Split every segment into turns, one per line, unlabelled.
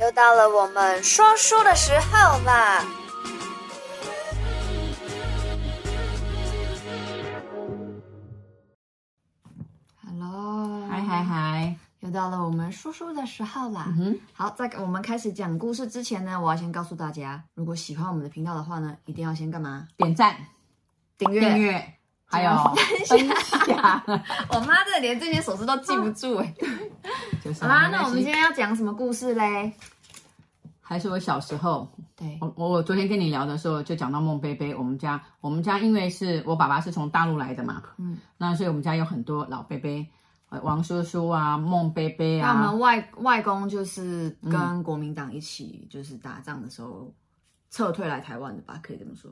又到了我们说书的时候啦！
Hello，
嗨嗨嗨，
又到了我们说书的时候啦。
嗯哼，
好，在我们开始讲故事之前呢，我要先告诉大家，如果喜欢我们的频道的话呢，一定要先干嘛？
点赞、
订阅。
订阅，还 有分享，
我妈这连这些手势都 记不住哎、
就是
好啦，那我们今天要讲什么故事嘞？
还是我小时候，
对，
我我我昨天跟你聊的时候就讲到孟贝贝，我们家我们家因为是我爸爸是从大陆来的嘛，
嗯
嗯，那所以我们家有很多老贝贝，呃王叔叔啊，孟贝贝
那我
啊，嗯
们外外公就是跟国民党一起就是打仗的时候撤退来台湾的吧？可以这么说。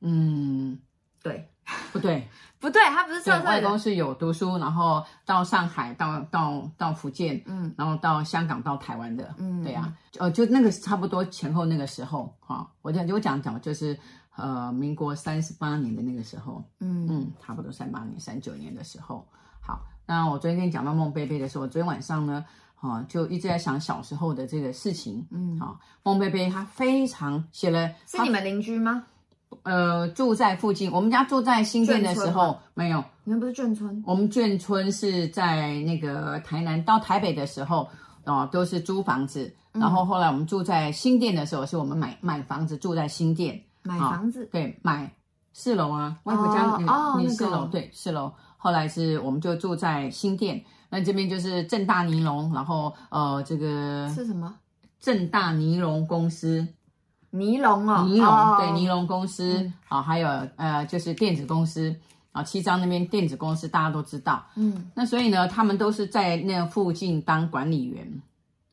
嗯，
对，
不对，
不对，他不是
对
撤，退
外
的
公。是有读书，然后到上海，到到到福建，
嗯
然后到香港，到台湾的，
嗯
对啊，呃，就那个差不多前后那个时候哈、我讲我讲讲就是呃，民国三十八年的那个时候，
嗯
嗯，差不多三八年、三九年的时候。好，那我昨天跟你讲到孟贝贝的时候，我昨天晚上呢，啊，就一直在想小时候的这个事情。
嗯，
啊，孟贝贝她非常写了，
是你们邻居吗？
呃住在附近，我们家住在新店的时
眷村
候没有，
你们不是眷村？
我们眷村是在那个台南到台北的时候，哦，都是租房子。嗯
嗯
然后后来我们住在新店的时候，是我们买买房子住在新店，
买
好
房子？
对，买四楼啊，外婆家
哦
女
哦
女
那
四
个
楼，对，四楼。后来是我们就住在新店，那这边就是正大尼龙，然后呃，这个
是什么？
正大尼龙公司，
尼龙哦，
尼龙、
哦
对尼。龙公司
嗯
啊、还有呃就是电子公司啊、七张那边电子公司大家都知道，
嗯，
那所以呢，他们都是在那附近当管理员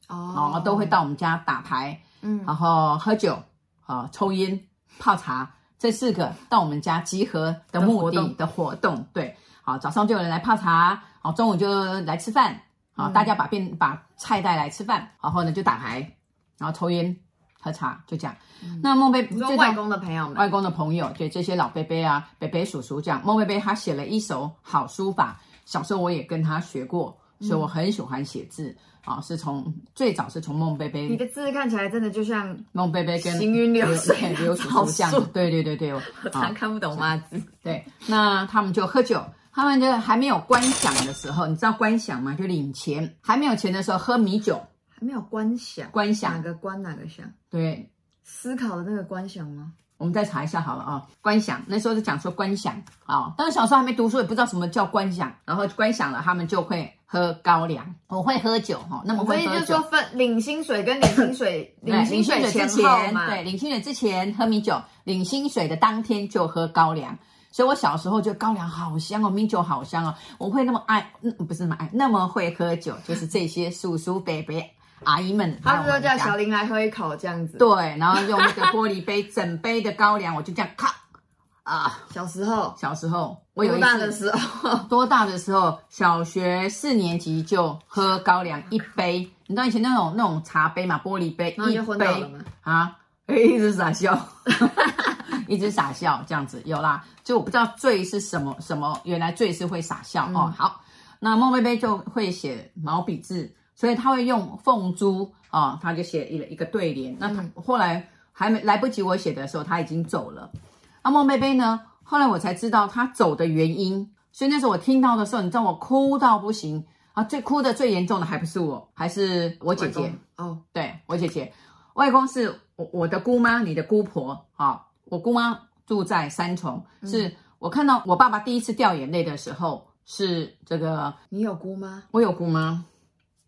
哦
哦，都会，到我们家打牌，
嗯，
然后喝酒啊、抽烟、泡茶，这四个到我们家集合的目的
的活动
的活动。对，好，早上就有人来泡茶，好，中午就来吃饭，好，
嗯
大家把便把菜带来吃饭，然后呢就打牌，然后抽烟、喝茶，就这样。那孟贝
嗯你
这
说
种
外公的朋友们，
外公的朋友，对这些老伯伯啊、伯伯叔叔讲，孟贝贝他写了一手好书法，小时候我也跟他学过，所以
嗯
我很喜欢写字啊、是从最早是从孟贝
你
贝、
的字看起来真的就像
孟贝贝跟
行云流水
对刘叔啊
草
叔这样
树
子，对对对对，
我
啊
常看不懂妈字。
对，那他们就喝酒。他们就还没有观想的时候，你知道观想吗？就领钱，还没有钱的时候喝米酒，
还没有观想，
观
哪
想。
个观哪个想？
对，
思考的那个观想吗？
我们再查一下好了啊、观想那时候就讲说观想啊、当时小时候还没读书，也不知道什么叫观想，然后观想了，他们就会喝高粱，我会喝酒哈、哦，那么
我们
会
也
喝
就是
酒
说。分领薪水跟领薪水，
对
领薪水
之
后
前，
嘛。
对，领薪水之前喝米酒，领薪水的当天就喝高粱。所以我小时候觉得高粱好香哦，米酒好香哦，我会那么爱，嗯，不是那么爱，那么会喝酒，就是这些叔叔、伯伯、阿姨们。
他们
爱我
说
们
叫
家
小林来喝一口这样子。，
对，然后用那个玻璃杯，整杯的高粱，我就这样咔啊。
小时候，
小时候，我有
多
一
大的
次
时候？
多大的时候，小学四年级就喝高粱一杯，你知道以前那种那种茶杯嘛，玻璃杯
然后你就
一
昏倒了
杯
吗？
啊，一直傻笑， 一直傻笑这样子有啦，就我不知道醉是什么什么，原来醉是会傻笑、哦。好，那孟贝贝就会写毛笔字，所以他会用凤珠啊、哦，他就写一个一个对联。那他、后来还没来不及我写的时候，他已经走了。那孟贝贝呢？后来我才知道她走的原因，所以那时候我听到的时候，你知道我哭到不行啊！最哭的最严重的还不是我，还是我姐
外
姐
公。哦，
对我姐姐，外公是我我的姑妈，你的姑婆啊、我姑妈住在三重，是我看到我爸爸第一次掉眼泪的时候，是这个
你有姑妈，
我有姑妈，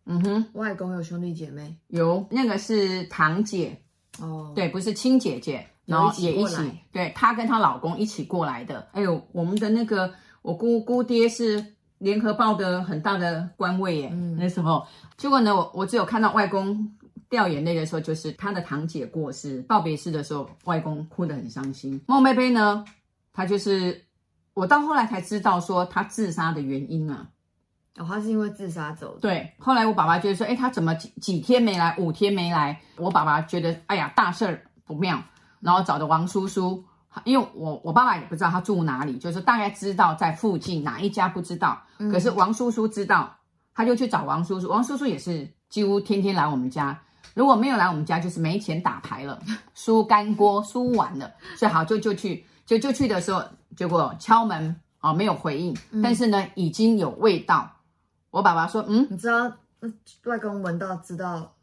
嗯哼，
外公有兄弟姐妹。
有那个是堂姐，
哦，，
对，不是亲姐姐，
有
然后
一起
也一
过
起
来，
对她跟她老公一起过来的。哎呦，我们的那个我姑姑爹是联合报的很大的官位耶，
嗯
那时候。结果呢，我我只有看到外公掉眼泪的时候，就是他的堂姐过世，告别式的时候，外公哭得很伤心。孟贝贝呢，她就是我到后来才知道说她自杀的原因啊。
哦，他是因为自杀走的。
对，后来我爸爸就说，哎，他怎么几几天没来，五天没来？我爸爸觉得，哎呀，大事儿不妙，然后找的王叔叔，因为我我爸爸也不知道他住哪里，就是大概知道在附近哪一家不知道，可是王叔叔知道，他就去找王叔叔，王叔叔也是几乎天天来我们家，如果没有来我们家，就是没钱打牌了，输干锅，输完了，所以好就就去就就去的时候，结果敲门啊、哦没有回应，但是呢已经有味道。我爸爸说，嗯，
你知道呃外公闻到知道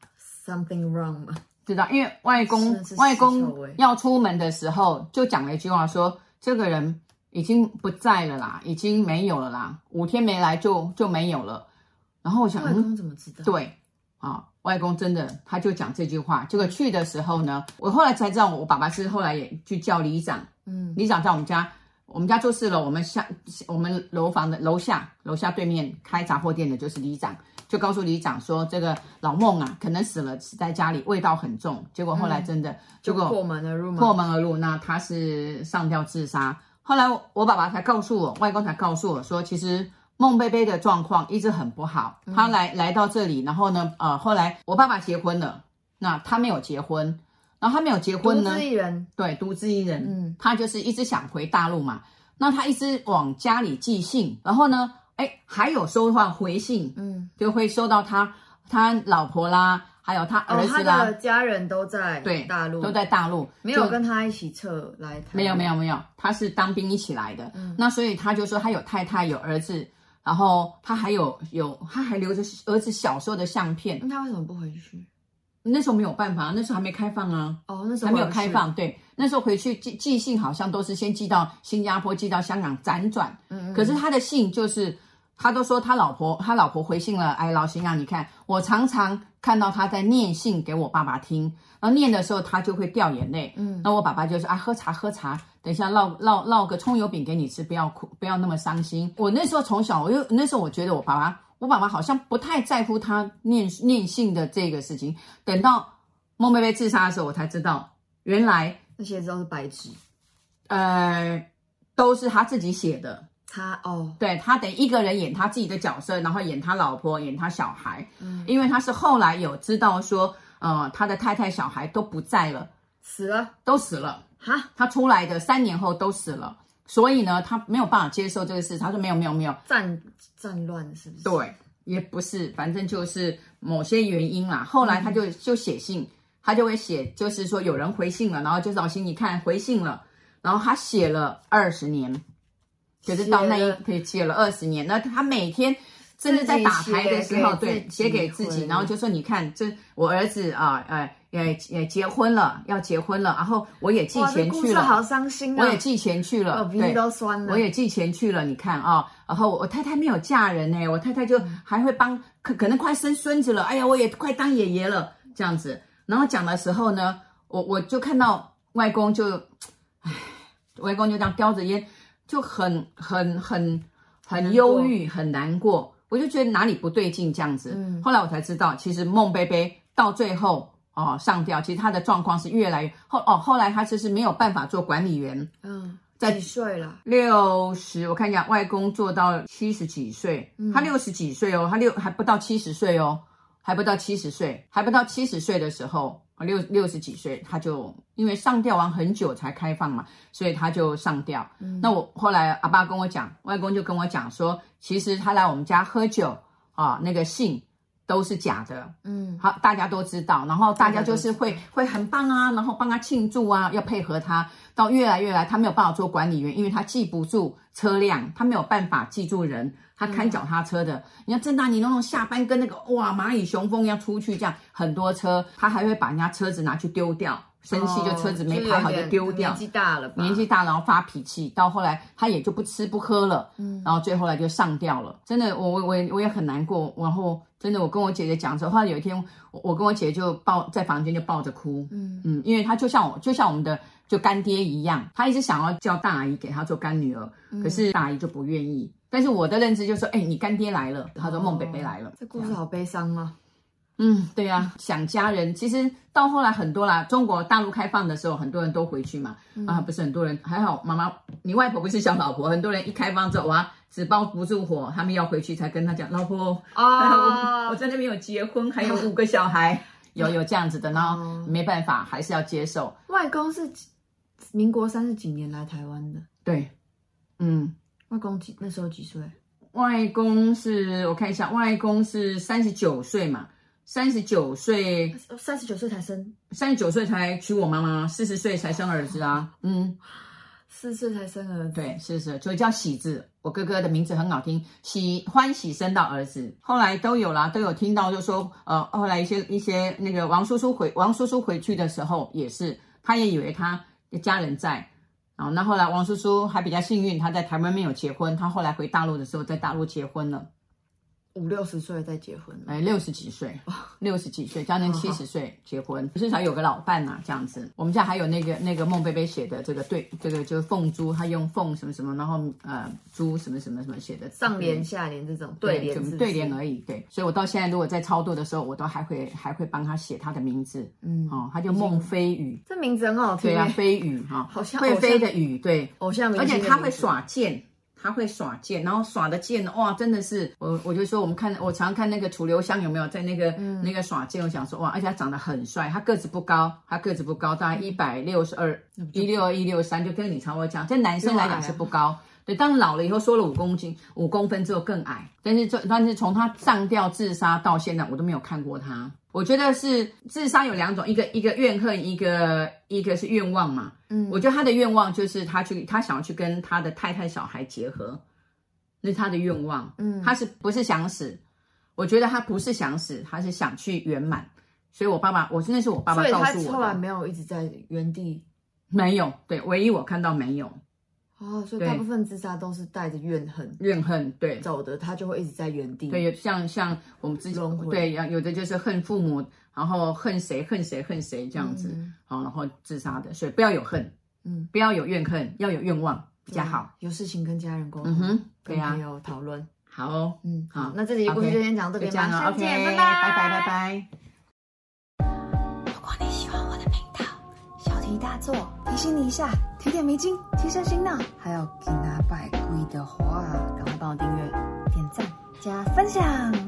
something wrong 吗？
知道，因为外公
是是
外
是
公
臭味
要出门的时候就讲了一句话说，这个人已经不在了啦，已经没有了啦，五天没来就就没有了。然后我想，
外
嗯，
公怎么知道？，
对啊、外公真的他就讲这句话。结果去的时候呢，我后来才知道，我爸爸是后来也去叫里长，
嗯，
里长在我们家，我们家住四楼，我们下我们楼房的楼下楼下对面开杂货店的就是里长，就告诉里长说这个老孟啊，可能死了，死在家里，味道很重。结果后来真的，结
嗯就
果
破门而入吗？
破门而入，那他是上吊自杀。后来我我爸爸才告诉我，外公才告诉我说，其实孟贝贝的状况一直很不好。
嗯
他来来到这里，然后呢，呃，后来我爸爸结婚了，那他没有结婚，然后他没有结
独
婚呢
自，一人，
对，独自一人，
嗯，
他就是一直想回大陆嘛，那他一直往家里寄信，然后呢，哎，还有收到回信，
嗯，
就会收到他他老婆啦，还有他
哦
儿，
他
子啦，
的家人都在
对，
大陆，
都在大陆，
没
就
有跟他一起撤来台湾，嗯
没有没有没有，他是当兵一起来的。那所以他就说他有太太有儿子，然后他还有有他还留着儿子小时候的相片。
那他为什么不回去？
那时候没有办法，那时候还没开放啊，
哦，那时候
还没有
回去
开，放。对，那时候回去寄寄信好像都是先寄到新加坡，寄到香港辗转。
嗯，嗯
可是他的信就是，他都说他老婆，他老婆回信了，哎，老邢啊，你看我常常看到他在念信给我爸爸听，然后念的时候他就会掉眼泪，
嗯
那我爸爸就说啊，喝茶喝茶，等一下烙烙烙个葱油饼给你吃，不要哭，不要那么伤心。我那时候从小，我又那时候我觉得我爸爸，我爸爸好像不太在乎他念念信的这个事情，等到孟贝贝自杀的时候，我才知道原来
那些都是白纸，
呃都是他自己写的。
他哦，
对他得一个人演他自己的角色，然后演他老婆，演他小孩，
嗯，
因为他是后来有知道说，呃，他的太太、小孩都不在了，
死了，
都死了，
哈，
他出来的三年后都死了，所以呢，他没有办法接受这个事，他说没有没有没有，
战战乱是不是？，
对，也不是，反正就是某些原因啦。后来他就就写信，他就会写，就是说有人回信了，然后就找心你看回信了，然后他写了二十年，就是到那
写
一
了
可以写了二十年，那他每天。甚至在打牌的时候，
自己
对，
写
写
给
给
自己
自己，
回
然后就说：“你看，这我儿子啊，呃，也也结婚了，要结婚了，然后我也寄
哇，这
钱
故
去
事
了，
好伤心啊，
我也寄钱去了，
我
对。
鼻都酸了，
我也寄钱去了，你看啊、然后我我太太没有嫁人呢、我太太就还会帮，可可能快生孙子了，哎呀，我也快当爷爷了这样子。然后讲的时候呢，我我就看到外公就，唉，外公就这样叼着烟，就很很很很忧郁，很难过。我就觉得哪里不对劲这样子。
嗯
后来我才知道，其实孟贝贝到最后哦上吊，其实她的状况是越来越后哦，后来她就是没有办法做管理员。
嗯，
在
几岁了？
六十，我看一下，外公做到七十几岁，
嗯
他六十几岁哦，他六还不到七十岁哦，还不到七十岁，还不到七十岁的时候，六六十几岁他就因为上吊完很久才开放嘛，所以他就上吊。
嗯
那我后来阿爸跟我讲，外公就跟我讲说，其实他来我们家喝酒啊，那个信都是假的，
嗯，
好，大家都知道，然后大家就是会
大家
会很棒啊，然后帮他庆祝啊，要配合他。到越来越来，他没有办法做管理员，因为他记不住车辆，他没有办法记住人，他看脚踏车的。
嗯
你看郑大你那种下班跟那个哇蚂蚁雄风一样出去，这样很多车，他还会把人家车子拿去丢掉，生气就车子没
哦
排好
有
就
点嗯
丢掉
年。纪大了吧？
年纪大，然后发脾气，到后来他也就不吃不喝了，
嗯
然后最后来就上吊了。真的，我我我也我也很难过。然后真的，我跟我姐姐讲的时候，后来有一天，我我跟我姐就抱在房间就抱着哭，
嗯
嗯，因为她就像我就像我们的就干爹一样，她一直想要叫大阿姨给她做干女儿，
嗯
可是大阿姨就不愿意。但是我的认知就是，哎、你干爹来了，她说孟北北来了，
哦这故事好悲伤啊。
嗯，对呀、想家人。其实到后来很多啦，中国大陆开放的时候，很多人都回去嘛。
嗯
啊，不是很多人，还好妈妈，你外婆不是小老婆，很多人一开放之后，哇，纸包不住火，他们要回去才跟他讲，老婆，还好啊 我我
哦，
在那边有结婚，还有五个小孩，有有这样子的，然后
哦
没办法，还是要接受。
外公是几民国三十几年来台湾的，
对，嗯，
外公几那时候几岁？
外公是我看一下，外公是三十九岁嘛，三十九岁，
三十九岁才生，
三十九岁才娶我妈妈，四十岁才生儿子啊。嗯，
四岁才生儿子，
对，是是，所以叫喜字。我哥哥的名字很好听，喜欢喜生到儿子，后来都有啦，都有听到，就说呃，后来一些一些那个王叔叔回王叔叔回去的时候也是，他也以为他家人在。啊，那后来王叔叔还比较幸运，他在台湾没有结婚，他后来回大陆的时候在大陆结婚了。
五六十岁再结婚
哎，六十几岁， 六十几岁，将近七
嗯
十岁结婚，至少有个老伴呐、这样子。我们家还有那个那个孟贝贝写的这个对，这个就是凤珠，他用凤什么什么，然后呃珠什么什么什么写的
上联下联这种
对
对联
就
字，
对联而已，对。所以我到现在如果在操作的时候，我都还会还会帮他写他的名字，
嗯，
哦，他叫孟飞羽，
这名字很好听
对啊，
欸，
飞羽哈，
好像
会
偶像
飞的羽，对，
偶像明
而
星的名字，
且他会耍剑，他会耍剑，然后耍的剑哇，真的是我我就说我们看我常看那个楚留香有没有在那个、
嗯
那个耍剑，我想说哇，而且他长得很帅，他个子不高，他个子不高，大概
嗯
一百六十二、一六二、一六三，就跟你差不多这样。在男生来讲是不高。对，当老了以后缩了五公斤、五公分之后更矮，但是这但是从他上吊自杀到现在，我都没有看过他。我觉得是自杀有两种，一个一个怨恨，一个一个是愿望嘛。
嗯
我觉得他的愿望就是他去，他想要去跟他的太太、小孩结合，那是他的愿望。
嗯
他是不是想死？我觉得他不是想死，他是想去圆满。所以我爸爸，我真的是我爸爸
所以
告
他
诉我
后来
的，
没有一直在原地
没有，对，唯一我看到没有
哦，所以
对
大部分自杀都是带着怨恨
怨恨，对。
走的，他就会一直在原地。
对，有像像我们之
轮回
前对，有有的就是恨父母，然后恨谁恨谁恨谁这样子，
嗯
好、然后自杀的，所以不要有恨，
嗯，
不要有怨恨，要有愿望比较好。
啊有事情跟家人沟通，
嗯哼，
跟
对呀、
朋友讨论。
好哦。
嗯，好
好，
那这集故事
OK，
就先讲到这
就
边
这
吧，
样了
下次
，OK，
见，
拜
拜
拜拜拜。
如果你喜欢我的频道，小题大做提醒你一下，提点迷津，提升心脑，
还有给拿百贵的话，赶快帮我订阅、点赞、加分享。